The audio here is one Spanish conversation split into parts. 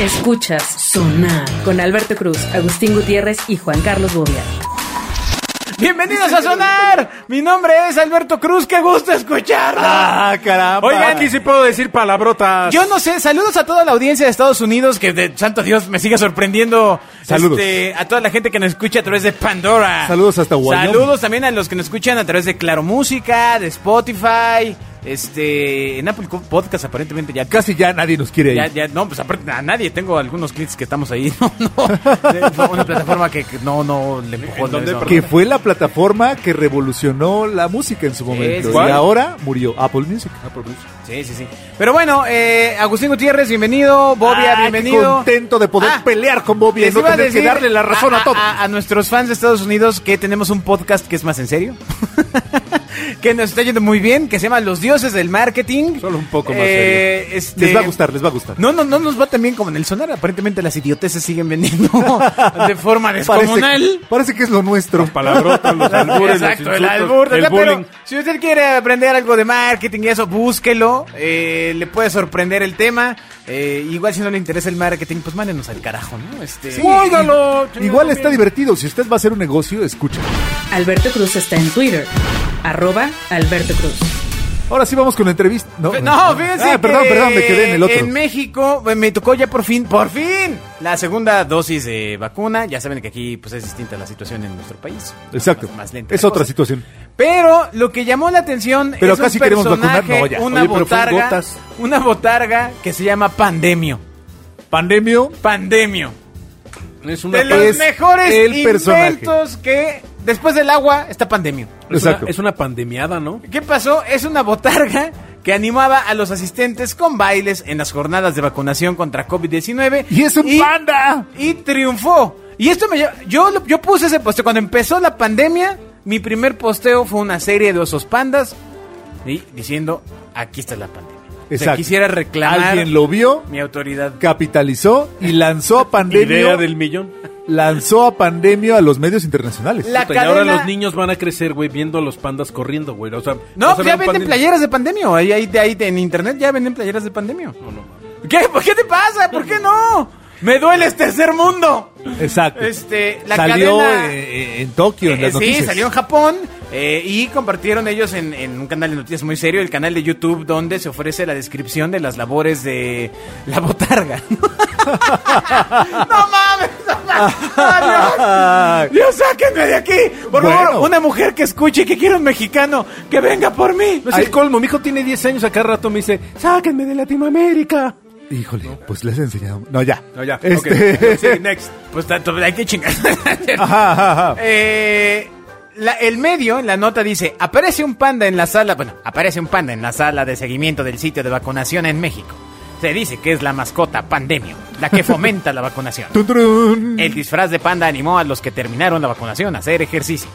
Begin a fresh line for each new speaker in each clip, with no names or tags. Escuchas Sonar con Alberto Cruz, Agustín Gutiérrez y Juan Carlos Bobia.
Bienvenidos a Sonar. Mi nombre es Alberto Cruz. Qué gusto escucharlos.
Ah, caramba.
Oigan,
aquí sí puedo decir palabrotas.
Yo no sé, saludos a toda la audiencia de Estados Unidos, que de santo Dios me sigue sorprendiendo.
Saludos.
Este, a toda la gente que nos escucha a través de Pandora.
Saludos hasta Wyoming.
Saludos también a los que nos escuchan a través de Claro Música, de Spotify, este, en Apple Podcast aparentemente ya.
Casi ya nadie nos quiere
Ya,
ir.
ya, no, pues aparte a nadie. Tengo algunos clics que estamos ahí. No, no. Fue Una plataforma que que no, no le empujó.
¿En dónde,
no.
Que fue la plataforma que revolucionó la música en su momento.
¿cuál?
Y ahora murió Apple Music.
Ah, Sí, sí, sí. Pero bueno, eh, Agustín Gutiérrez, bienvenido. Bobia,
Ah, qué
bienvenido.
contento de poder
Ah,
pelear con Bobby y
les
no
iba a
tener
decir ah,
que darle la razón a, todos.
A, a nuestros fans de Estados Unidos que tenemos un podcast que es más en serio. que nos está yendo muy bien, que se llama Los Dioses del Marketing.
Solo un poco más
ah. Eh, este-
Les va a gustar, les va a gustar.
No, no, no nos va tan bien como en el sonar. Aparentemente las idioteces siguen vendiendo de forma descomunal.
parece, parece que es lo nuestro.
Las palabrotas, los albures, los
Exacto, el
insultos,
albur.
el
¿verdad?
bullying.
Pero si usted quiere aprender algo de marketing y eso, búsquelo. eh, le puede sorprender el tema. eh, igual si no le interesa el marketing, pues mándenos al carajo, ¿no? Este,
¡Óigalo!
Igual está divertido. Si usted va a hacer un negocio, escucha.
Alberto Cruz está en Twitter, arroba Alberto Cruz.
Ahora sí vamos con la entrevista. No,
No, fíjense.
Ah, perdón,
que
perdón, me quedé en el otro.
En México eh, me tocó ya por fin, por fin, la segunda dosis de vacuna. Ya saben que aquí pues es distinta la situación en nuestro país.
Exacto.
Más, más lenta
es
la
otra
cosa.
situación.
Pero lo que llamó la atención
Pero
es
acá
un
sí queremos
personaje,
vacunar, no, ya.
una
Oye, pero fue en
botarga,
gotas.
una botarga que se llama Pandemio.
Pandemio.
Pandemio.
Es una,
De los
es
mejores
el
inventos que después del agua está Pandemio.
es una-
Exacto.
es una pandemiada, ¿no?
¿Qué pasó? Es una botarga que animaba a los asistentes con bailes en las jornadas de vacunación contra COVID-19.
Y es un panda.
Y triunfó. Y esto me lleva- yo lo- yo puse ese posteo cuando empezó la pandemia, mi primer posteo fue una serie de osos pandas y diciendo, aquí está la pandemia. O sea,
Exacto.
quisiera reclamar
Alguien lo vio,
mi autoridad.
capitalizó y lanzó a pandemia.
Idea del millón.
Lanzó a pandemia a los medios internacionales.
La
Puta, y ahora
cadena-
los niños van a crecer, güey, viendo a los pandas corriendo, güey. O sea,
No, pues
vas a ver
ya
un
venden
panda-
playeras de pandemia. Ahí, ahí, ahí en internet ya venden playeras de pandemia.
No, no, mames.
¿Qué? ¿Por qué te pasa? ¿Por qué no? Me duele este tercer mundo.
Exacto.
Este, la
salió
cadena-
eh, eh, en Tokio en
Eh,
las
sí,
noticias.
salió en Japón eh, y compartieron ellos en, en un canal de noticias muy serio, el canal de YouTube donde se ofrece la descripción de las labores de la botarga. no mames, no mames. ¡Ay, Dios! Dios, sáquenme de aquí. Por
Bueno.
favor, una mujer que escuche que quiera un mexicano, que venga por mí.
No es el colmo, mi hijo tiene 10 años, acá rato me dice, sáquenme de Latinoamérica.
Híjole, pues les he enseñado. No, ya.
No, ya,
Este...
ok. Sí, next.
Pues tanto, hay que chingar.
Ajá, ajá, ajá.
Eh, la- el medio, en la nota dice, aparece un panda en la sala, bueno, aparece un panda en la sala de seguimiento del sitio de vacunación en México. Se dice que es la mascota pandemio, la que fomenta la vacunación.
Tun, turun.
El disfraz de panda animó a los que terminaron la vacunación a hacer ejercicio.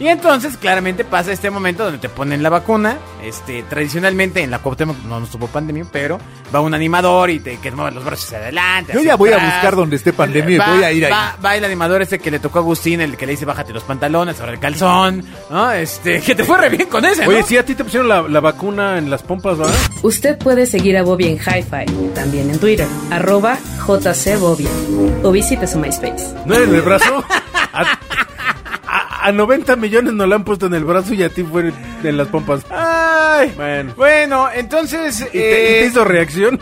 Y entonces claramente pasa este momento donde te ponen la vacuna. Este, tradicionalmente en la Cuauhtémoc no nos tuvo pandemia, pero va un animador y te que mueve los brazos hacia adelante.
Yo
hacia
ya voy a
atrás.
buscar donde esté pandemia y
Va-
voy a ir ahí.
Va, va el animador este que le tocó a Agustín, el que le dice bájate los pantalones, ahora el calzón, ¿no? Este, que te fue re bien con ese, ¿no?
Oye, sí, a ti te pusieron la, la vacuna en las pompas, ¿verdad?
Usted puede seguir a Bobia en Hi-Fi, también en Twitter, arroba jcbobia, o visite su MySpace.
¿No era en el brazo? A, a- a 90 millones nos la han puesto en el brazo y a ti fue en- en las pompas.
Ay, bueno.
Bueno.
entonces...
¿Y te, y te
eh,
hizo reacción?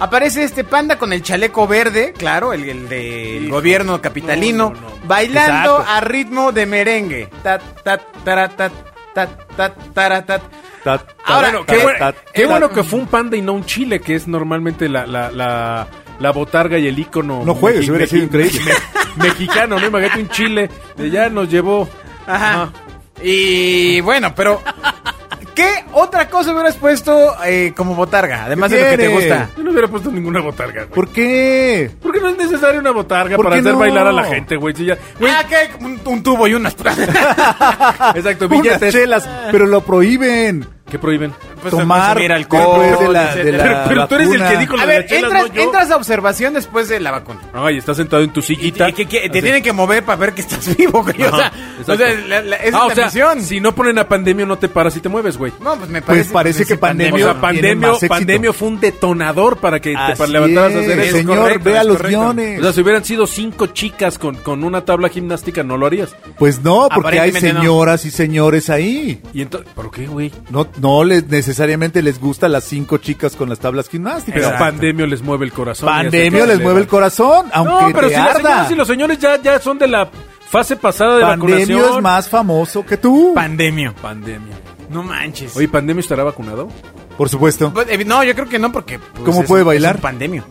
Aparece este panda con el chaleco verde, claro, el, el del
Hijo,
gobierno capitalino,
no, no, no.
bailando
Exacto.
a ritmo de merengue. Tat, tat, tarat, tat, tat, tat, tarat, tat.
Ta, ta,
Ahora,
ta,
qué
ta,
bueno-
ta,
Qué
ta.
bueno que fue un panda y no un chile, que es normalmente la, la, la, la botarga y el ícono.
No juegues,
meji-
hubiera sido
meji-
increíble.
me- mexicano, ¿no? Imagínate un chile. De ya nos llevó.
Ajá. Y bueno, pero ¿qué otra cosa hubieras puesto eh, como botarga? Además de lo que te
tiene?
gusta.
Yo no hubiera puesto ninguna botarga, güey.
¿Por qué?
¿Por qué no es necesaria una botarga
¿Por
para
qué
hacer
no?
bailar a la gente, güey? Si ya- güey,
Ah, ¿qué? Un, un tubo y unas.
exacto,
Unas
billetes. Pues,
chelas, pero lo prohíben.
¿Qué prohíben?
puesto a
tomar
consumir alcohol,
después de la, de
etcétera.
la
Pero- pero tú eres el
vacuna.
que dijo-
A
de
ver,
las chelas,
entras,
no yo.
entras a observación después de la vacuna.
Ay, estás sentado en tu
Y,
sillita.
y que- que te
Así.
tienen que mover para ver que estás vivo, güey. O sea,
Ajá,
o
exacto.
sea, la- la- esa
Ah,
es
o
la
sea,
misión.
Si no ponen a pandemia, no te paras y te mueves, güey.
No, pues me parece,
Pues parece que
sí, pandemia.
O
pandemia.
sea, pandemia,
Tienen más éxito.
pandemia fue un detonador para que te
Así
para levantaras a hacer
es,
eso.
señor,
Correcto,
vea
es
los
correcto.
guiones.
O sea, si hubieran sido cinco chicas con, con una tabla gimnástica, no lo harías.
Pues no, porque hay
Aparentemente no.
señoras y señores ahí.
Y entonces, ¿por qué, güey?
No, no les necesariamente les gusta las cinco chicas con las tablas ah, gimnásticas.
Pero
Exacto.
pandemia les mueve el corazón.
Pandemia les mueve el corazón, aunque
este No, pero
te
si las
arda.
señoras y los señores ya, ya son de la fase pasada de
Pandemio
vacunación.
es más famoso que tú.
Pandemia.
Pandemia.
No manches.
Oye, ¿pandemia estará vacunado?
Por supuesto.
Pues, eh, no, yo creo que no, porque. pues,
¿Cómo
es-
puede
es
bailar?
un pandemia.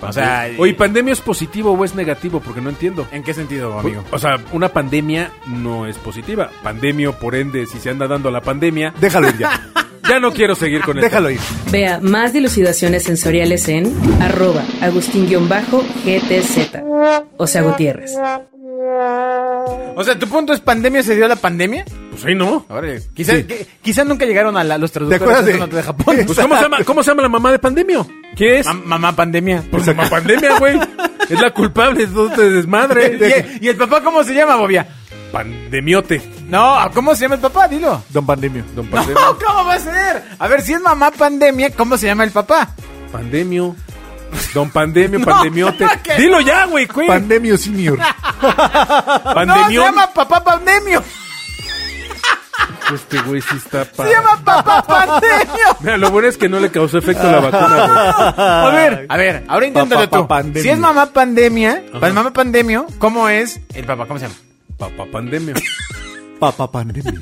O sea,
Oye,
eh,
¿pandemia es positivo o es negativo? Porque no entiendo.
¿en qué sentido, amigo?
O sea, una pandemia no es positiva. Pandemio, por ende, si se anda dando la pandemia,
Déjalo ir ya.
ya no quiero seguir con esto.
Déjalo ir.
Vea más dilucidaciones sensoriales en arroba agustín-gtz. O sea, Gutiérrez.
O sea, ¿tu punto es pandemia se dio la pandemia?
Pues sí, ¿no?
Órale, quizá,
Sí.
que- quizá nunca llegaron a la- los
¿Te
traductores
acuerdas de,
no, de Japón.
Pues, ¿cómo, se llama, ¿Cómo se llama la mamá de pandemia? ¿Qué es?
Mam- mamá pandemia.
Pues la pandemia, güey. Es la culpable de todo este
¿Y,
desmadre.
y el papá cómo se llama, Bobia?
Pandemiote.
No, ¿cómo se llama el papá? Dilo.
Don Pandemio.
Don
No,
Pandemio.
¿cómo va a ser? A ver, si es mamá pandemia, ¿cómo se llama el papá?
Pandemio. Don Pandemio,
No,
pandemiote.
que-
Dilo ya, güey, güey.
Pandemio Senior.
No, se
Pandemión.
llama papá pandemio.
Este güey sí está pa-
Se llama papá pandemio.
Mira, lo bueno es que no le causó efecto la vacuna, güey.
A ver, a ver, ahora inténtalo
Papá
tú.
pandemia.
Si es mamá pandemia,
Ajá.
pa- mamá pandemio, ¿cómo es el papá? ¿Cómo se llama?
Papá pandemia.
Papá Pandemio.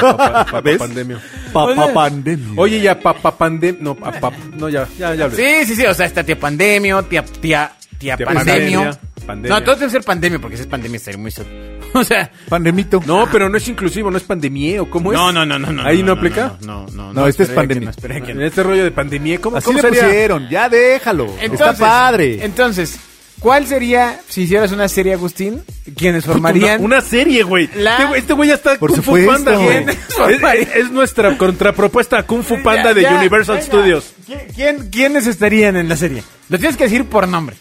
Papá, papá
¿Ves?
pandemia.
Papá Pandemio.
Oye, ya papá pandemia. No, pa- pa- no, ya, ya, ya hablé.
Sí, sí, sí, o sea, está tía pandemio, tía, tía, tía,
Tía
pandemio.
pandemia, pandemia.
No, todo debe ser pandemio, porque si es pandemia estaría muy solo. O sea,
Pandemito.
No, pero no es inclusivo, no es pandemia o cómo es.
no, no, no, no, no.
Ahí no aplica.
No, no, no.
No, este es
espera que
pandemia.
no, espera que
En
no.
este rollo de pandemia, ¿cómo,
Así
cómo
le
sería?
pusieron. Ya déjalo. Está padre.
Entonces, ¿cuál sería, si hicieras una serie, Agustín, quienes formarían?
Una, una serie, güey.
La-
Este güey- Este güey ya está
Por
Kung Fu
supuesto.
Panda, güey.
¿Quién es?
Es, es- es nuestra contrapropuesta a Kung Fu Panda de
Ya, ya,
Universal
venga.
Studios.
¿Qui- quién- ¿Quiénes estarían en la serie? Lo tienes que decir por nombre.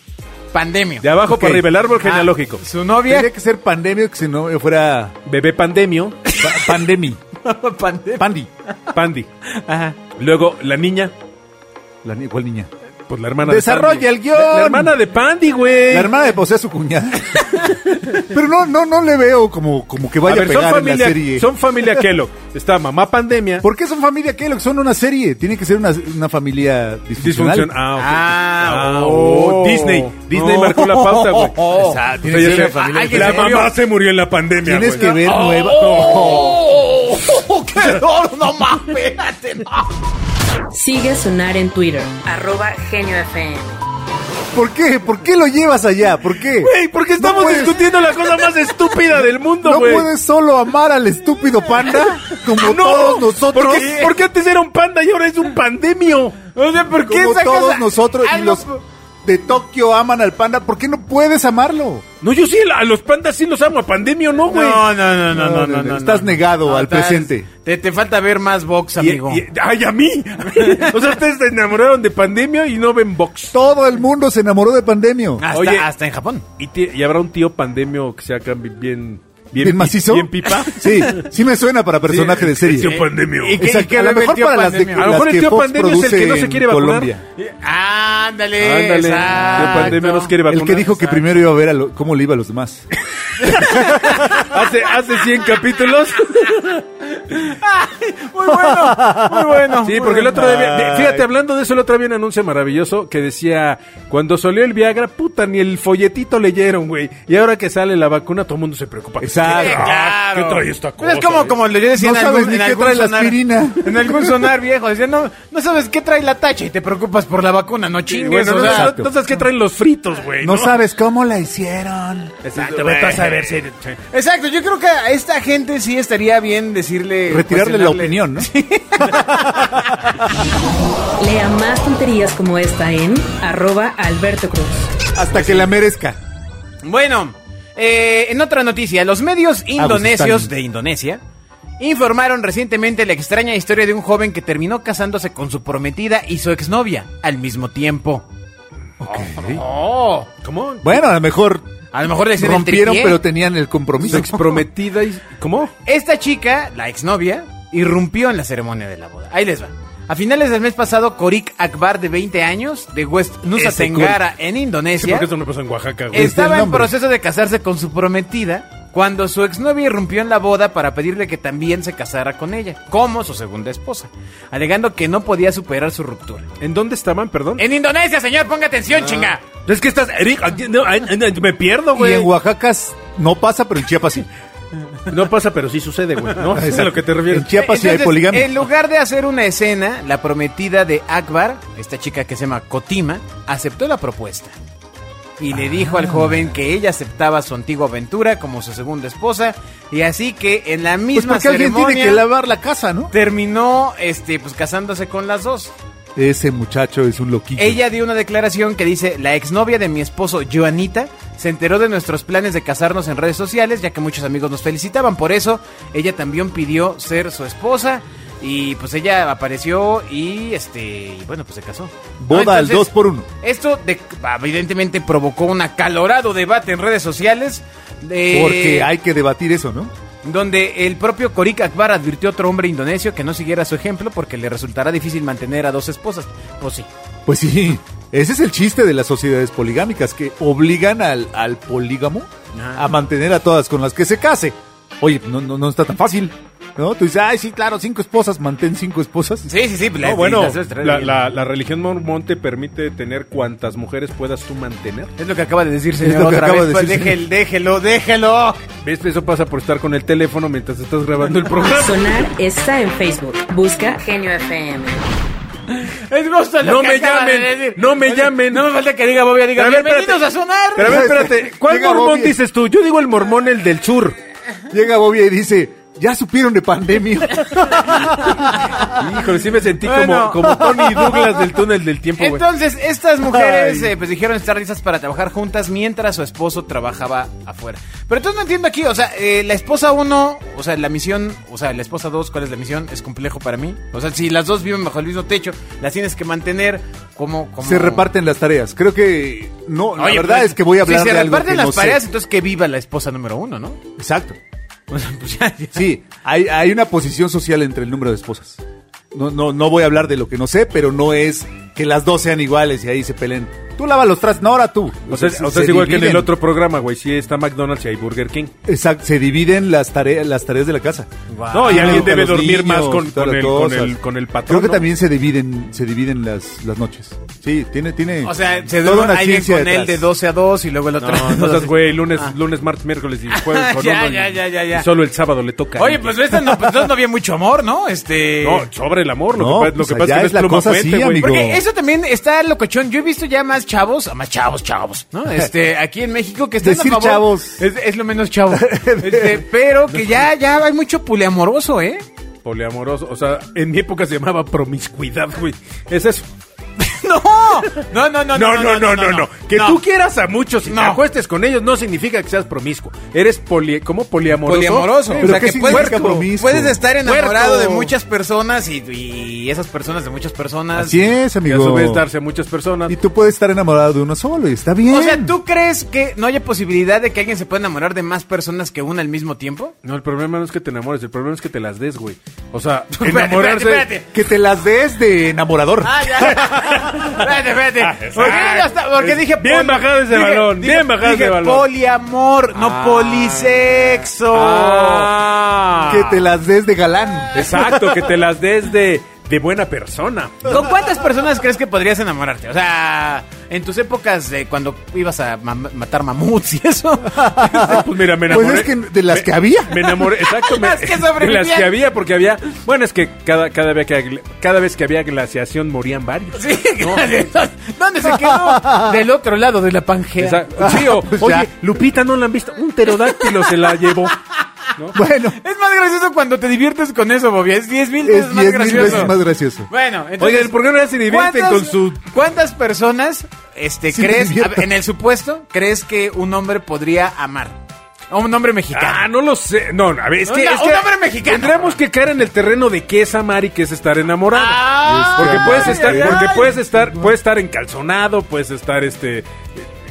Pandemio.
De abajo
Ok.
para arriba, el árbol
Ah,
genealógico.
Su novia.
Tendría que ser Pandemio que si no fuera
Bebé pandemio,
pa- Pandemi.
Pandemio.
Pandi.
Pandi.
Ajá.
Luego, la niña,
La, ni- ¿Cuál niña?
pues la hermana
Desarrolla
de
el
Pandi.
guión.
La, la hermana de Pandi, güey.
La hermana de, o sea, su cuñada. Pero no, no, no le veo como, como que vaya a,
ver, son
pegar en la
familia,
serie.
son familia Kellogg. Está mamá pandemia.
¿Por qué son familia Kellogg? Son una serie. Tiene que ser una, una familia disfuncional.
Disfunción. Ah, ok.
Ah,
Ah,
oh.
oh, Disney. Disney
No.
marcó la pauta, güey.
Oh.
Exacto.
Tiene que
Oye,
ser
se-
familia
ah,
que
la
se murió.
mamá se murió en la pandemia.
Tienes
güey. Ah,
que ver nueva.
¡Oh, qué dolor! ¡No más! ¡Espérate! no.
Sigue a sonar en Twitter. Arroba geniofm.
¿Por qué? ¿Por qué lo llevas allá? ¿Por qué?
Güey, ¿por qué estamos
No puedes-
discutiendo la cosa más estúpida del mundo,
¿No
güey?
puedes solo amar al estúpido panda como
No,
todos nosotros?
¿Por qué, por qué antes era un panda y ahora es un pandemio?
O sea, ¿por qué
Como
sacas
todos
a-
nosotros y
algo-
los de Tokio aman al panda. ¿Por qué no puedes amarlo?
No, yo sí, a los pandas sí los amo, a pandemio no, güey.
No, no, no, no, no, no, no,
Estás
no.
negado
No,
al
estás-
presente.
Te, te falta ver más box,
Y-
amigo.
y- ay, a mí. o sea, ustedes se enamoraron de pandemia y no ven box.
Todo el mundo se enamoró de Pandemio.
hasta,
Oye.
hasta en Japón.
¿Y, ti- y habrá un tío pandemio que sea acá bi- bien... Bien,
¿Bien
pi-
macizo?
Bien pipa.
Sí, sí me suena para personaje de serie.
Tío pandemio.
Y que-
Exacto,
que
a lo
luego el
mejor
tío
para las de-
pandemia.
A lo mejor
las que
el tío
Fox
pandemio es el que no
produce
se quiere
en
vacunar.
Colombia.
Ándale.
Ándale,
exacto.
tío pandemia nos quiere vacunar.
El que dijo que primero iba a ver a lo- cómo le iba a los demás.
hace, hace 100 capítulos.
Muy bueno, muy bueno.
Sí,
muy
porque el
bueno.
otro día, había-
Ay.
fíjate, hablando de eso, el otro día había un anuncio maravilloso que decía, cuando salió el Viagra, puta, ni el folletito leyeron, güey. Y ahora que sale la vacuna, todo el mundo se preocupa.
Exacto.
Sí, claro.
¿Qué trae esta
Pues
cosa?
es como,
eh?
como yo decía
No
en
sabes
algún,
ni
en
qué
algún
trae la
sonar,
aspirina.
En algún sonar viejo. Decía, no, no sabes qué trae la tacha y te preocupas por la vacuna. No
Sí,
chingues.
bueno,
o
no,
sea,
no- no sabes qué traen los fritos, güey.
No sabes cómo la hicieron.
Exacto, vete a saber si...
Exacto, yo creo que a esta gente sí estaría bien decirle...
Pues
Retirarle la
cuestionarle.
opinión, ¿no?
Lea más tonterías como esta en arroba Alberto Cruz.
Pues
Hasta que la merezca.
Ah, pues,
Bueno, eh, en otra noticia, los medios indonesios
Agustín.
de Indonesia informaron recientemente la extraña historia de un joven que terminó casándose con su prometida y su exnovia al mismo tiempo. Oh,
¿Cómo?
Bueno, a lo mejor
a lo
Pues
mejor le hacían el
rompieron,
tripié.
pero tenían el
Su
compromiso.
exprometida y... ¿Cómo?
Esta chica, la exnovia, irrumpió en la ceremonia de la boda. Ahí les va. A finales del mes pasado, Korik Akbar, de 20 años, de West Nusa
Ese
Tenggara, en
Sí,
Indonesia,
porque esto no pasó en Oaxaca, güey.
Es-
estaba en
el nombre.
proceso de casarse con su prometida cuando su exnovia irrumpió en la boda para pedirle que también se casara con ella, como su segunda esposa, alegando que no podía superar su ruptura.
¿En dónde estaban, perdón?
En Indonesia, señor, ponga
Ah,
atención, chinga.
Eh, Es que estás... Eric, aquí- no, ay, ay, ay, me pierdo,
Y
güey.
en Oaxaca s- no pasa, pero en Chiapas sí.
No pasa, pero sí sucede, güey. No, es a lo que te refieres.
En Chiapas sí hay
Entonces,
poligamia.
En lugar de hacer una escena, la prometida de Akbar, esta chica que se llama Kotima, aceptó la propuesta. Y le dijo
Ah.
al joven que ella aceptaba su antigua aventura como su segunda esposa. Y así que en la
Pues
misma
porque alguien
ceremonia
tiene que lavar la casa, ¿no?
terminó este, pues, casándose con las dos.
Ese muchacho es un loquillo.
Ella dio una declaración que dice, la exnovia de mi esposo, Joanita, se enteró de nuestros planes de casarnos en redes sociales, ya que muchos amigos nos felicitaban por eso. Ella también pidió ser su esposa y pues ella apareció y este, y, bueno, pues se casó.
Boda al dos por uno.
Esto de- evidentemente provocó un acalorado debate en redes sociales. de-
Porque hay que debatir eso, ¿no?
donde el propio Korik Akbar advirtió a otro hombre indonesio que no siguiera su ejemplo porque le resultará difícil mantener a dos esposas. Pues sí.
Pues sí, ese es el chiste de las sociedades poligámicas, que obligan al, al polígamo
Ah.
a mantener a todas con las que se case. Oye, no, no, no está tan fácil, ¿no? Tú dices, ay, sí, claro, cinco esposas, mantén cinco esposas.
Sí, sí, pues sí.
No,
las-
bueno,
las- las-
la, la- la religión mormón te permite tener cuantas mujeres puedas tú mantener.
Es lo que acaba de decir,
Es
señor.
lo que
Otra
acaba
vez,
de
pues,
decir,
déjel- déjelo, déjelo.
¿Ves? Eso pasa por estar con el teléfono mientras estás grabando el programa.
Sonar está en Facebook. Busca Genio FM.
Es gusto lo
No
que
me
acaba de
llamen,
decir.
no me
Oye,
llamen.
No me falta que diga Bobia, diga,
Pero a ver,
bienvenidos
espérate.
a sonar.
Pero a ver, espérate, ¿cuál
Llega
mormón
Bobby.
dices tú? Yo digo el mormón, el del sur.
Llega Bobby y dice, ya supieron de pandemia.
Híjole, sí me sentí
Bueno.
como, como Tony Douglas del túnel del tiempo, güey.
Entonces, estas mujeres
Ay.
eh, pues dijeron estar listas para trabajar juntas mientras su esposo trabajaba afuera. Pero entonces no entiendo aquí, o sea, eh, la esposa uno, o sea, la misión, o sea, la esposa dos, ¿cuál es la misión? Es complejo para mí. O sea, si las dos viven bajo el mismo techo, las tienes que mantener como... como...
Se reparten las tareas. Creo que, no, la
Oye,
verdad
pues,
es que voy a hablar
Si se
de algo
reparten
que
las
no sé.
parejas, entonces que viva la esposa número uno, ¿no?
Exacto.
O sea, pues ya- ya.
Sí, hay, hay una posición social entre el número de esposas. No, no, no voy a hablar de lo que no sé, pero no es que las dos sean iguales y ahí se peleen. Tú lava los trastes, no ahora tú.
O sea,
se-
o sea, es
se
igual que en el
dividen.
otro programa, güey. Sí está McDonald's y hay Burger King.
Exacto, se dividen las tareas, las tareas de la casa.
Guau.
No, y
Ah,
alguien
que
debe
los
dormir
niños,
más con,
todas
con,
las
el, con,
cosas.
el, con el patrón.
Creo que
¿no?
también se dividen, se dividen las, las noches. Sí, tiene, tiene.
O sea, se
toda
duerme
una
alguien
ciencia
con él de
detrás.
12 a 2 y luego el otro.
No, no seas güey, lunes, lunes, martes, miércoles y jueves con
Ya,
uno y-
ya, ya, ya, ya.
y solo el sábado le toca.
Oye, pues esta no, pues, entonces no había mucho amor, ¿no? Este.
No, sobre el amor, lo
No,
que, pa- lo
pues
que pasa
allá
es que
es la
no es pluma
cosa así,
fuente, güey.
amigo.
Porque eso también está locochón. Yo he visto ya más chavos, a más chavos, chavos, ¿no? Este, aquí en México que están
Decir
a favor-
chavos.
Es, es lo menos chavo. Este, pero que ya, ya hay mucho puleamoroso, ¿eh?
Poliamoroso, o sea, en mi época se llamaba promiscuidad, güey. Es eso.
No, no, no, no,
No, no, no, no, no. Que tú quieras a muchos y te
No.
acuestes con ellos no significa que seas promiscuo. Eres poli, ¿cómo poliamoroso?
poliamoroso.
¿Pero
o sea,
qué
que
significa
puedes,
promiscuo?
puedes estar enamorado
Puerco.
de muchas personas y, y esas personas de muchas personas.
Así es,
Y a su
amigo.
vez darse a muchas personas.
Y tú puedes estar enamorado de uno solo y está bien.
O sea, ¿tú crees que no haya posibilidad de que alguien se pueda enamorar de más personas que una al mismo tiempo?
No, el problema no es que te enamores, el problema es que te las des, güey. O sea,
Espérate,
enamorarse.
espérate, espérate.
Que te las des de enamorador.
Ah, ya. espérate, espérate. ¿Por qué no está- Porque dije
Ah, Bien
poli-
bajado ese
dije-
balón,
dije-
bien bajado
dije
ese balón.
poliamor, no
Ah.
polisexo.
Ah.
Que te las des de galán.
Exacto, que te las des de, de buena persona.
¿Con cuántas personas crees que podrías enamorarte? O sea, en tus épocas de cuando ibas a ma- matar mamuts y eso.
Pues mira, me enamoré.
Pues es que de las
Me-
que había.
Me enamoré, exacto. me-
Las que
de
sobrevivían.
las que había, porque había. Bueno, es que cada, cada, vez, que, cada vez que había glaciación morían varios.
Sí, gracias. ¿Dónde se quedó? Del otro lado de la Pangea.
Exacto. Sí, o-
Pues
oye,
ya.
Lupita no la han visto. Un pterodáctilo se la llevó.
Bueno,
Es más gracioso cuando te diviertes con eso, Bobby. Es 10 mil veces
es
más
10 mil
gracioso.
veces más gracioso.
Bueno, entonces.
Oigan, ¿por qué no se divierten
¿cuántas-
con su.
¿Cuántas personas este,
Sí, me
crees,
divierto.
a ver, en el supuesto, crees que un hombre podría amar? O un hombre mexicano.
Ah, no lo sé. No, a ver, es que.
Una-
es que
un hombre mexicano.
Tendremos que caer en el terreno de qué es amar y qué es estar enamorado.
Ah,
porque puedes
ay,
estar,
ay,
porque
ay.
puedes estar, puedes estar encalzonado, puedes estar este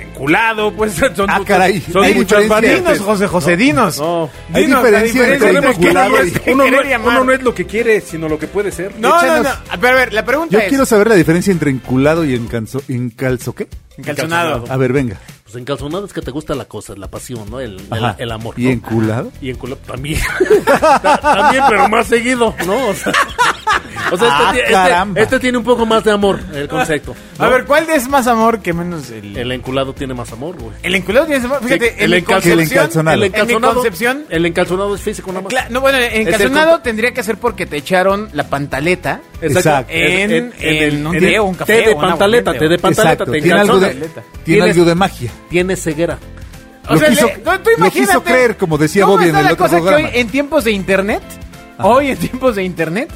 enculado, puedes estar. Son,
Ah, caray,
son
hay
muchas
diferencia.
variantes.
Dinos, José José, dinos.
No.
Hay
Dinos,
diferencia
la
entre
Tenemos que
enculado
uno no
y-
es- uno no
querer y
es-
amar.
uno no es lo que quiere, sino lo que puede ser.
No, no,
Échanos.
no. A ver, a ver, la pregunta
Yo
es.
quiero saber la diferencia entre enculado y encalzo, encalzo ¿qué?
Encalzonado.
A ver, venga.
Pues en calzonado es que te gusta la cosa, la pasión, ¿no? El, el-
Ajá.
el amor.
¿Y
¿no?
enculado?
Y en culo también. Ta- también, pero más seguido, ¿no? O sea, o sea, este
Ah,
ti- este,
caramba.
este tiene un poco más de amor, el concepto.
A ver, ¿cuál es más amor que menos el.
El enculado tiene más amor, güey.
El enculado tiene amor. Fíjate,
el
en mi
encal-
concepción-
el encalzonado.
en mi concepción.
el encalzonado es físico nada más.
Cla- No, bueno, en
el
calzonado
compa-
tendría que ser porque te echaron la pantaleta.
Exacto.
En, en, un
en
té
el
o un café.
Té de
o un
pantaleta,
aguardiente,
té de pantaleta,
Exacto.
te
Tiene algo de,
encalzona. ¿eh?
Calzona.
tiene
Tienes-
algo de magia.
Tiene ceguera.
O
Lo
sea,
quiso-
le- no, tú
lo
imagínate
quiso creer, como decía
cómo
Bobby en
está
el
la
otro
cosa
programa.
Que hoy, en tiempos de internet, hoy en tiempos de internet,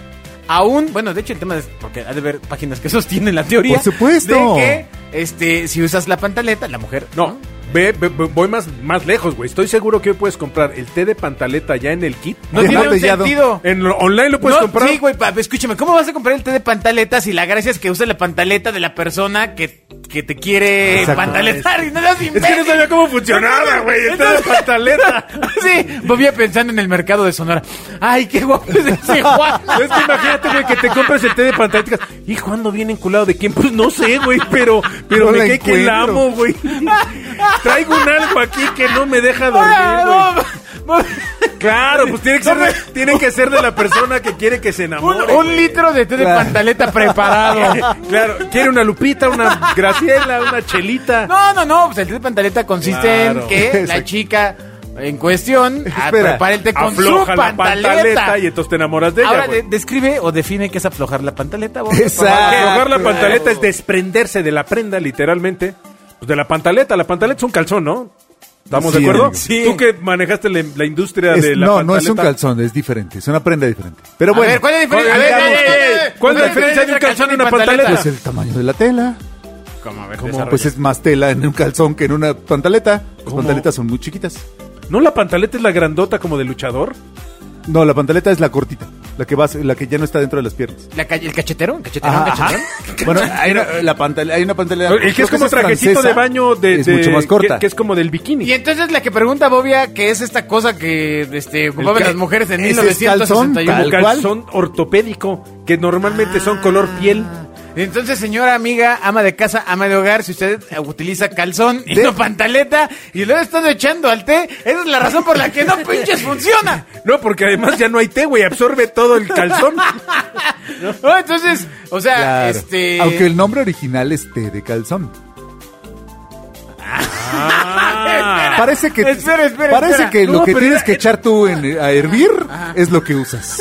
aún, bueno, de hecho el tema es porque ha de haber páginas que sostienen la teoría.
Por supuesto.
De que, este, si usas la pantaleta, la mujer...
No, ve, ve- ve- voy más, más lejos, güey. Estoy seguro que hoy puedes comprar el té de pantaleta ya en el kit.
No
Ya
tiene
está
un
sellado.
sentido.
En lo- online lo puedes
No,
comprar.
Sí, güey, papi, escúchame, ¿cómo vas a comprar el té de pantaleta si la gracia es que usa la pantaleta de la persona que, que te quiere
Exacto.
pantaletar? Y no seas
es que no
imbécil.
sabía cómo funcionaba, güey. El té de
Entonces-
pantaleta.
Sí, Bobby pensando en el mercado de Sonora. Ay, qué guapo es ese Juan.
Es que imagínate, güey, que te compres el té de pantaleta y digas, ¿y cuándo viene enculado de quién? Pues no sé, güey, pero, pero
No
me
la
cae que la
encuentro.
amo, güey. Traigo un algo aquí que no me deja dormir,
Hola,
güey.
Bob, Bob.
Claro, pues tiene que, ser de, tiene que ser de la persona que quiere que se enamore.
Un, un
güey.
litro de té de pantaleta preparado.
Claro, quiere una lupita, una graciela, una chelita.
No, no, no. Pues el té de pantaleta consiste en
Claro.
que la
Exacto.
chica en cuestión a-
Espera,
prepara el té con
Afloja
su
la
pantaleta.
pantaleta y entonces te enamoras de ella.
Ahora
güey.
de- describe o define qué es aflojar la pantaleta. Bob, por
Exacto.
favor.
Aflojar la
Claro.
pantaleta es desprenderse de la prenda, literalmente. Pues de la pantaleta. La pantaleta es un calzón, ¿no? ¿Estamos
Sí,
de acuerdo?
amigo.
Sí.
Tú que manejaste la, la industria
Es-
de la
no,
pantaleta.
no es un calzón, es diferente, es una prenda diferente. Pero
A
bueno,
ver, ¿cuál es la diferencia? A ver,
Digamos,
eh, eh, eh,
¿cuál es la diferencia de un
entre
calzón y una
pues
pantaleta?
el tamaño de la tela.
¿Cómo? A ver,
Como,
desarrolla.
pues es más tela en un calzón que en una pantaleta. Las pantaletas son muy chiquitas.
¿No la pantaleta es la grandota como de luchador?
No, la pantaleta es la cortita, la que vas, la que ya no está dentro de las piernas.
Pues, La ca- ¿El cachetero? ¿El cachetero?
Ajá,
¿El
ajá.
cachetero?
Bueno, hay una, la pantale- hay una pantaleta.
El que
creo
es como
esa
trajecito
francesa,
de baño de,
Es
de-
mucho más corta.
Que, que es como del bikini.
Y entonces la que pregunta Bobia, que es esta cosa que este, ocupaban
ca-
las mujeres en
ese es calzón,
1961.
Como
tal cual. Ah.
calzón ortopédico, que normalmente son color piel.
Entonces, señora amiga, ama de casa, ama de hogar, si usted eh, utiliza calzón y
De-
no pantaleta y lo ha estado echando al té, esa es la razón por la que no pinches funciona.
No, porque además ya no hay té, güey. Absorbe todo el calzón.
¿No? Entonces, o sea,
Claro.
este...
Aunque el nombre original es té de calzón.
Espera,
Parece que
Espera, espera,
parece
espera.
que lo
No,
que
pero
tienes
era-
que echar tú en- a hervir es lo que usas.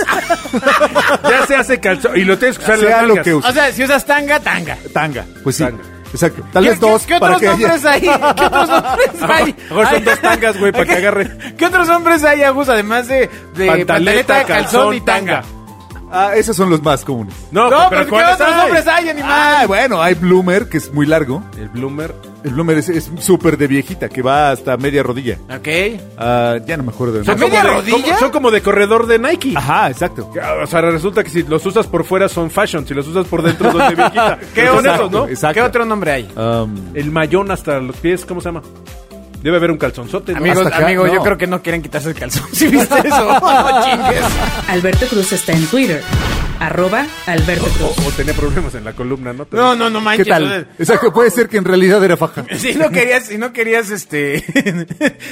ya se hace calzón. Y lo tienes que usar en
Sea
las
lo
nalgas.
que
O sea, si usas tanga, tanga.
Tanga. Pues sí.
Tanga.
Exacto. Tal
¿Qué-
vez dos
¿Qué, qué
para
otros
que haya-
hombres hay? ¿Qué otros hombres
A lo
hay?
mejor son dos tangas, güey, para que
¿Qué-
agarre.
¿Qué otros hombres hay, Agus, además de, de pantaleta, calzón, y tanga?
Ah, esos son los más comunes.
No,
No,
pero,
pero ¿qué
¿cuáles
otros
hay?
hombres hay, animal?
Ah, bueno, hay bloomer que es muy largo.
El bloomer.
El bloomer es es súper de viejita que va hasta media rodilla.
ok.
Ah, ya no me acuerdo. del
¿Son
nombre.
media
Como de-
rodilla?
como- son como de corredor de Nike.
Ajá, exacto.
O sea, resulta que si los usas por fuera son fashion, si los usas por dentro son de viejita.
¿Qué,
son
otro-
esos, no?
exacto.
¿Qué otro nombre hay?
Am,
El mayón hasta los pies, ¿cómo se llama? Debe haber un calzonzote. ¿no?
Amigos,
hasta acá,
amigo, yo
no.
creo que no quieren quitarse el calzón. ¿Sí viste eso? No chingues.
Alberto Cruz está en Twitter. Arroba Alberto
O,
Cruz.
o tenía problemas en la columna, ¿no?
No, no, no
¿Qué
manches.
tal? Exacto, puede ser que en realidad era faja.
Si no querías, si no querías, este.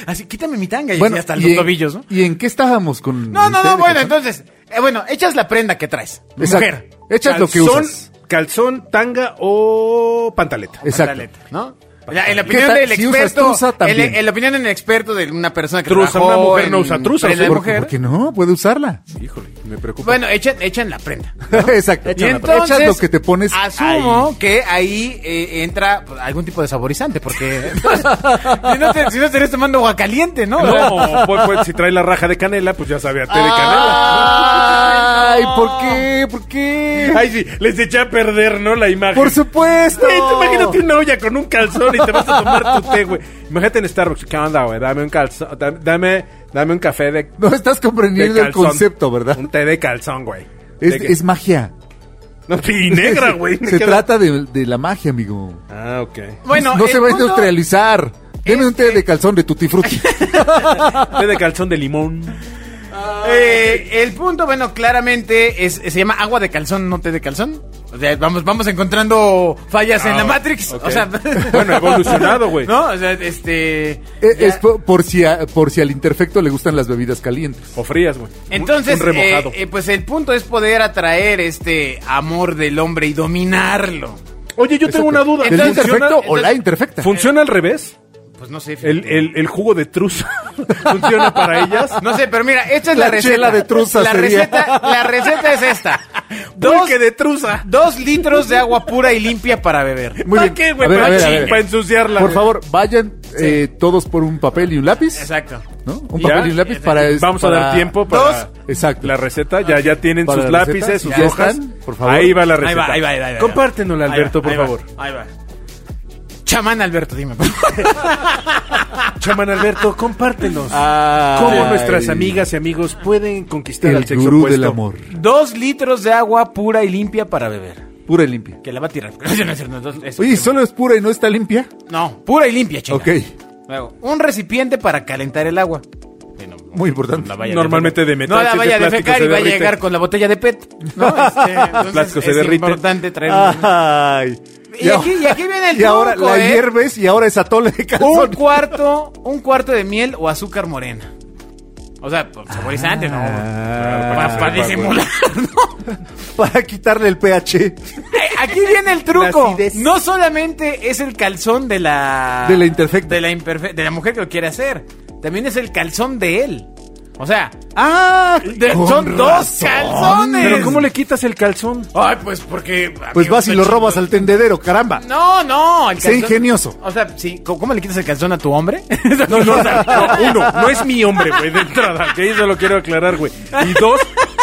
Así, quítame mi tanga y así hasta
¿y
los
en-
tobillos, ¿no?
¿Y en qué estábamos con.?
No,
el
no,
té
no,
de
bueno,
calzón?
entonces. eh, bueno, echas la prenda que traes.
Exacto.
Mujer.
Echas lo que
Calzón,
usas.
Calzón, tanga o pantaleta.
Exacto.
Pantaleta, ¿no? La, en la opinión
¿Qué tal
del
si usas
experto.
trusa
el-
también?
en la opinión del experto de una persona que
Trusa,
trabajó
una mujer
en
no usa trusa,
prenda
¿sí?
de
¿Por-
mujer.
¿Por qué no? Puede usarla.
Híjole, me preocupa.
Bueno, echan, echan la prenda.
Exacto.
Y entonces,
Echas lo que te pones.
Asumo que ahí eh, entra pues, algún tipo de saborizante, porque. si, no te- si no estarías tomando agua caliente, ¿no?
no, pues, pues, si trae la raja de canela, pues ya sabe a té de canela.
Ah,
Ay, ¿por qué? ¿Por qué?
Ay, sí, les eché a perder, ¿no? La imagen.
Por supuesto.
Güey, tú imagínate una olla con un calzón y te vas a tomar tu té, güey.
Imagínate en Starbucks, ¿qué onda, güey? Dame un calzón, da- dame, dame un café de,
No estás
de
comprendiendo el
calzón.
concepto, ¿verdad?
Un té de calzón, güey.
Es,
De que-
es magia.
No,
Y negra, güey.
Se trata de, de la magia, amigo.
Ah, ok.
Bueno,
no
el
se va a
punto-
industrializar. Deme un té
este
de calzón de Tutti Frutti.
Té de calzón de limón.
Eh, el punto, bueno, claramente es, se llama agua de calzón, no té de calzón. O sea, vamos, vamos encontrando fallas en la Matrix.
ok.
O sea,
Bueno, evolucionado, güey.
No, o sea, este.
Eh,
ya.
es po- por, si a- por si al imperfecto le gustan las bebidas calientes.
O frías, güey.
Entonces,
Un remojado.
eh, eh, pues el punto es poder atraer este amor del hombre y dominarlo.
Oye, yo tengo una duda.
¿El
Entonces,
imperfecto
¿Funciona,
o
entonces-
la imperfecta?
funciona al revés?
Pues no sé.
¿El,
fíjate.
el, el jugo de truza funciona para ellas?
No sé, pero mira, esta es la,
La
receta.
chela de truza
la
sería.
receta, la receta es esta. Dos,
Pulque de truza.
dos litros de agua pura y limpia para beber.
Muy
¿Para
bien.
qué, güey?
A ver,
Para
a ver, a
chin-
ver.
para ensuciarla.
Por
güey.
favor, vayan eh, todos por un papel y un lápiz.
Exacto.
¿no? Un
Ya,
papel y un lápiz para...
Vamos a
para-
dar tiempo para
Dos.
Exacto.
la receta. Ya, ya tienen
Para
sus
la receta,
lápices, sus
ya
hojas.
están, por favor.
Ahí va la receta.
Ahí va, ahí va, ahí va. ahí va.
Compártenosla,
Ahí va,
Alberto, por
ahí va,
favor.
ahí va. Chamán Alberto, dime.
Chaman Alberto, compártenos.
Ay.
¿Cómo nuestras amigas y amigos pueden conquistar
El
al sexo
gurú
opuesto?
del amor.
Dos litros de agua pura y limpia para beber.
Pura y limpia.
Que la va a tirar. No, no, no, no, no, eso-
Oye, ¿y ¿solo es pura y no está limpia?
No, pura y limpia, chica.
Ok.
Luego, un recipiente para calentar el agua. Bueno,
Muy importante.
la valla de-
Normalmente de metal.
No la
si es
vaya a
plástico,
defecar
se
y va a
derrite.
llegar con la botella de PET. No, este, entonces
Plástico se
es
derrite. Ah.
importante traer un-
Ay.
Y aquí- y aquí viene el
Y ahora
truco,
la
¿eh?
hierves y ahora es atole de
un
calzón.
cuarto, un cuarto de miel o azúcar morena. O sea, pues, saborizante, ¿no?
Ah,
Para, para disimular, ¿no?
Para quitarle el pH
Eh, Aquí viene el
La
truco.
acidez.
No solamente es el calzón de la.
De la imperfecta.
De la, imperfe- de la mujer que lo quiere hacer. También es el calzón de él. O sea.
¡Ah!
de- son dos calzones.
Pero ¿cómo le quitas el calzón?
Ay, pues porque.
Pues
amigo,
vas y
está
lo
chido.
robas al tendedero, caramba.
No, no. El
Sé ingenioso.
O sea, sí. ¿Cómo cómo le quitas el calzón a tu hombre?
No, no, o sea, no, uno, no es mi hombre, güey, de entrada. Que eso lo quiero aclarar, güey. Y dos,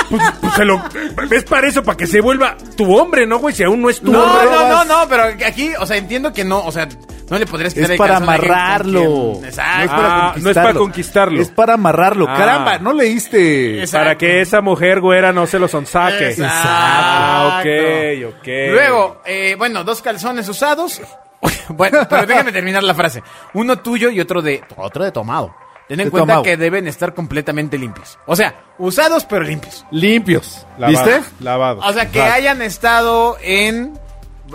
pues, pues se lo. Es para eso, para que se vuelva tu hombre, ¿no, güey? Si aún no es tu
No,
hombre.
no, no, no, pero aquí, o sea, entiendo que no, o sea, no le podrías
Es
quitar el
para
calzón a alguien con
amarrarlo.
quien-
No es
Exacto.
para
Ah, no es para conquistarlo.
Es para amarrarlo.
Ah.
Caramba, no leíste.
Exacto.
Para que esa mujer güera no se lo sonsaque.
Exacto.
Ah, ok, ok.
Luego, eh, bueno, dos calzones usados. bueno, pero déjame terminar la frase. Uno tuyo y otro de otro de tomado. Ten en
De
cuenta
tomado.
que deben estar completamente limpios. O sea, usados pero limpios.
Limpios.
Lavado,
¿Viste?
Lavado.
O sea, que
Claro.
hayan estado en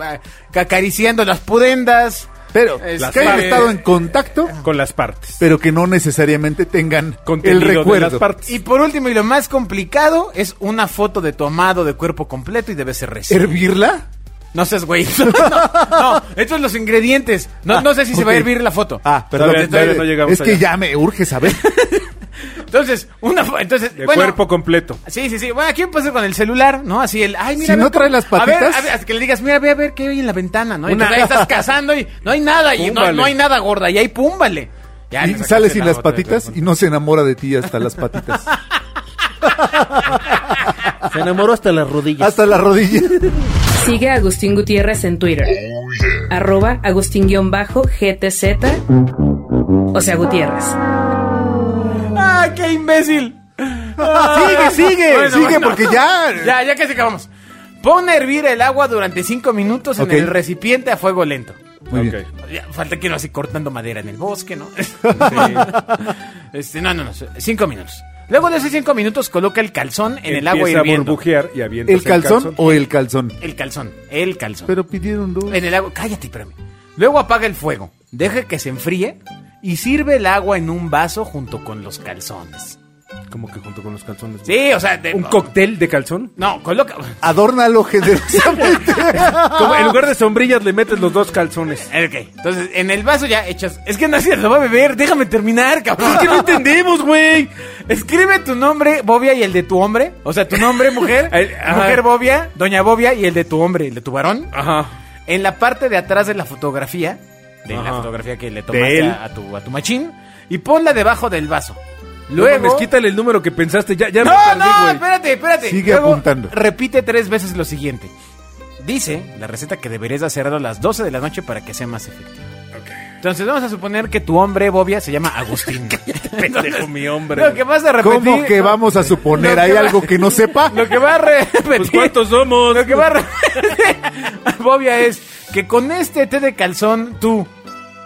eh, acariciando las pudendas.
Pero
Este-
que hayan estado en contacto,
Con las partes.
pero que no necesariamente tengan
Contenido
el
de
recuerdo.
las partes.
Y por último y lo más complicado es una foto de tu amado de cuerpo completo y debe ser recién.
¿Hervirla?
No seas güey. No, no, estos son los ingredientes. No, no sé si se va a
Ah, ok.
hervir la foto.
Ah, perdón.
Todavía- todavía no llegamos
es que
allá.
ya me urge saber.
Entonces, una fo- entonces,
De
bueno,
cuerpo completo.
Sí, sí, sí. Bueno, aquí pasa con el celular, ¿no? Así el, ay, mira.
Si
ve
no trae
cómo-
las
A ver,
patitas.
a ver, hasta que le digas, mira, ve a ver qué hay en la ventana, ¿no? Y
Una-
entonces ahí estás cazando y no hay nada, y no,
Púmbale.
no hay nada gorda, y ahí púmbale. Ya,
y
le sacaste
sale sin
la
las
foto de tu
patitas y no se enamora de ti hasta las patitas.
Se enamoró hasta las rodillas.
hasta la rodilla.
Sigue a Agustín Gutiérrez en Twitter. Arroba Agustín-GTZ. O sea, Gutiérrez.
¡Ah, qué imbécil!
sigue, sigue,
Bueno,
sigue
bueno.
porque ya.
Ya, ya casi acabamos. Pon a hervir el agua durante 5 minutos en
Ok.
el recipiente a fuego lento.
Muy bien.
Ok.
Ya, falta que no así cortando madera en el bosque, ¿no? Este, no, no, no. 5 minutos. Luego de esos 5 minutos coloca el calzón en el agua
Empieza a
hirviendo.
burbujear y avientas
¿El calzón, o el calzón?
El calzón, el calzón.
Pero pidieron dos.
En el agua. Cállate, espérame. Luego apaga el fuego, deja que se enfríe y sirve el agua en un vaso junto con los calzones.
Como que junto con los calzones.
Sí, o sea, de-
¿Un cóctel de calzón?
No, coloca.
Adórnalo generosamente.
Como en lugar de sombrillas le metes los dos calzones.
Ok, entonces en el vaso ya echas. Es que no es cierto, va a beber, déjame terminar, cabrón. Es que no entendemos, güey. Escribe tu nombre, Bobia, y el de tu hombre. O sea, tu nombre, mujer.
El- ajá.
mujer Bobia, doña Bobia, y el de tu hombre, el de tu varón.
Ajá.
En la parte de atrás de la fotografía, de la
Ajá.
fotografía que le
De
tomaste
él.
a, a tu, a tu machín, y ponla debajo del vaso.
Luego.
Luego-
mames, quítale el número que pensaste. Ya, ya me
No,
perdí,
no,
güey.
espérate, espérate.
Sigue apuntando.
Repite tres veces lo siguiente. Dice la receta que deberías de hacerlo a las 12 de la noche para que sea más efectivo. Entonces vamos a suponer que tu hombre bobia se llama Agustín.
Pendejo, mi hombre.
lo que vas a repetir.
¿Cómo que vamos a suponer?
Lo
¿Hay
que va-
algo que no sepa?
Lo que va a repetir.
Pues cuántos somos.
Lo que va a repetir Bobia es que con este té de calzón tú,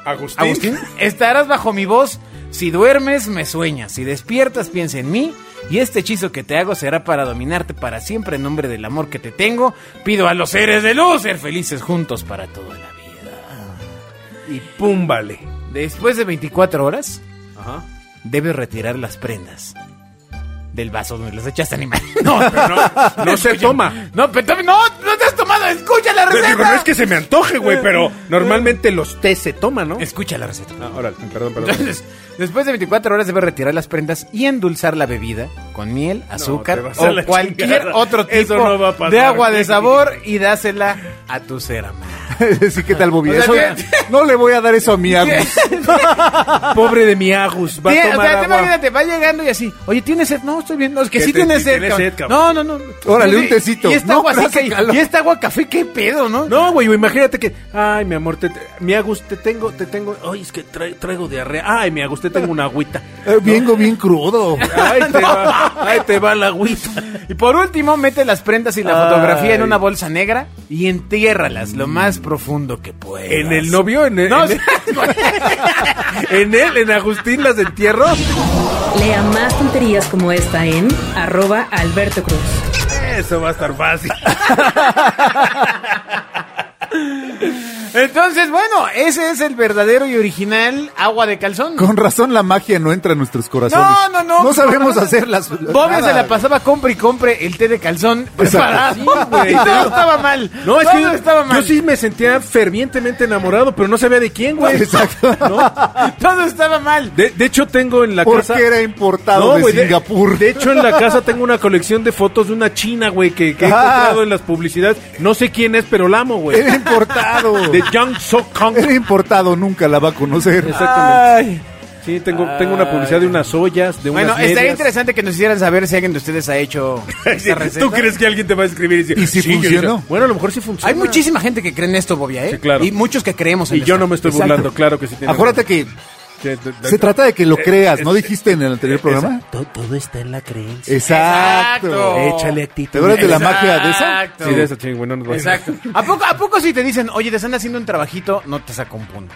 Agustín.
Agustín, estarás bajo mi voz. Si duermes, me sueñas. Si despiertas, piensa en mí. Y este hechizo que te hago será para dominarte para siempre en nombre del amor que te tengo. Pido a los seres de luz ser felices juntos para toda la vida.
Y pum, vale.
Después de 24 horas,
Ajá.
debes retirar las prendas del vaso donde las echaste animal. No, pero no.
No se toma.
No, pero tome- no, no te has tomado. Escucha la receta.
Pues Digo, no es que se me antoje, güey, pero normalmente los té se toman, ¿no?
Escucha la receta.
Ah, órale, perdón, perdón.
Entonces, después de 24 horas debes retirar las prendas y endulzar la bebida con miel, azúcar
te vas a
o
la
cualquier
chingada.
otro tipo
Eso no va a pasar,
de agua de
güey.
sabor y dásela a tu ser amada.
sí, ¿qué tal, Bobby?
O sea,
Eso-
bien.
no le voy a dar eso a mi Agus.
Pobre de mi Agus, va
Sí,
a
o
tomar
sea, te
agua.
imagínate, va llegando y así, oye, ¿tienes sed? No, estoy bien. No, es que
Que
sí
te-
tienes
sí
sed,
tienes
cabrón.
sed, cabrón.
No, no, no.
Órale, un
Y-
tecito.
Y esta
No,
agua
me hace
seca, y-
calor.
y esta agua café, qué pedo, ¿no?
No, güey, o imagínate que, ay, mi amor, te, te- mi Agus, te tengo, te tengo, ay, es que tra- traigo diarrea, ay, mi Agus, te tengo una agüita.
Eh, Vengo bien crudo.
Ay, te va, ay, te va la agüita.
Y por último, mete las prendas y la
Ay. Mm.
fotografía en una bolsa negra y entiérralas lo más profundo que puedas.
¿En el novio? ¿En el,
No,
en, el- en él? ¿En Agustín las entierro?
Lea más tonterías como esta en arroba Alberto Cruz.
Eso va a estar fácil.
Entonces, bueno, ese es el verdadero y original agua de calzón.
Con razón la magia no entra en nuestros corazones.
No, no, no.
No sabemos hacerlas.
Bobia se la pasaba compre y compre el té de calzón preparado.
güey.
y todo estaba mal.
No, es
todo
que yo,
estaba mal.
yo sí me sentía fervientemente enamorado, pero no sabía de quién, güey.
Exacto.
Todo estaba mal.
De, de hecho, tengo en la casa...
Porque era importado de
güey,
Singapur.
De hecho, en la casa tengo una colección de fotos de una china, güey, que, que he
Ah.
encontrado en las publicidades. No sé quién es, pero la amo, güey.
Era importado.
De Jang Sok Kong.
Era importado, nunca la va a conocer.
Exactamente. Sí, tengo, tengo una publicidad de unas ollas, de unas
Bueno, estaría
medias.
interesante que nos hicieran saber si alguien de ustedes ha hecho esta receta.
¿Tú crees que alguien te va a escribir y decir,
¿Y si
"Sí, yo
funcionó?
hice"? Bueno, a lo mejor sí funciona.
Hay muchísima gente que cree en esto, Bobia, ¿eh?
Sí, claro.
Y muchos que creemos en
Y yo no me estoy
Exacto.
burlando, claro que sí. tiene-
Ah, Acuérdate que
Que- de- de-
se trata de que lo
Eh,
creas, ¿no
eh,
dijiste en el anterior programa?
To- Todo está en la creencia.
Exacto.
Exacto.
Échale
¿Te
actitud.
acuerdas de la magia de esa?
Exacto.
Sí, de esa chingüey, no nos va a-
Exacto. ¿A poco, ¿A poco si te dicen, oye, te están haciendo un trabajito, no te saca un punto?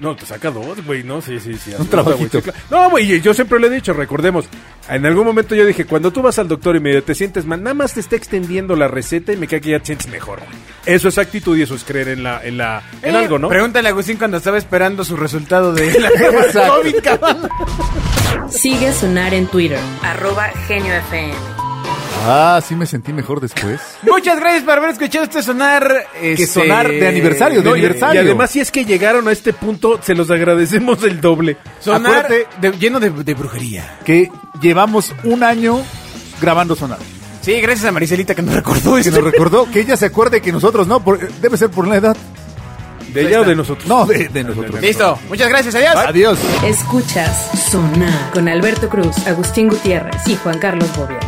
No, te saca dos, güey, no, sí, sí, sí. asusta,
Un trabajito.
güey, sí, claro. No, güey, yo siempre lo he dicho, recordemos. En algún momento yo dije, cuando tú vas al doctor y medio te sientes mal, nada más te está extendiendo la receta y me cae que ya te sientes mejor, güey. Eso es actitud y eso es creer en la, en la, en
Eh,
algo, ¿no?
Pregúntale a Agustín cuando estaba esperando su resultado de la prueba de
Exacto.
COVID, cabrón.
Sigue a Sonar en Twitter, arroba Genio FM.
Ah, sí me sentí mejor después.
Muchas gracias por haber escuchado este sonar. este-
sonar de aniversario, de
No, y-
aniversario.
Y además, si es que llegaron a este punto, se los agradecemos el doble.
Sonar
Acuérdate-
de- lleno de, de brujería.
Que llevamos un año grabando sonar.
Sí, gracias a Maricelita que nos recordó
Que
esto.
nos recordó que ella se acuerde que nosotros no, por- debe ser por la edad.
¿De ella o de nosotros?
No, de, de nosotros.
Listo. Muchas gracias. Adiós.
Adiós.
Escuchas Sonar con Alberto Cruz, Agustín Gutiérrez y Juan Carlos Bobia.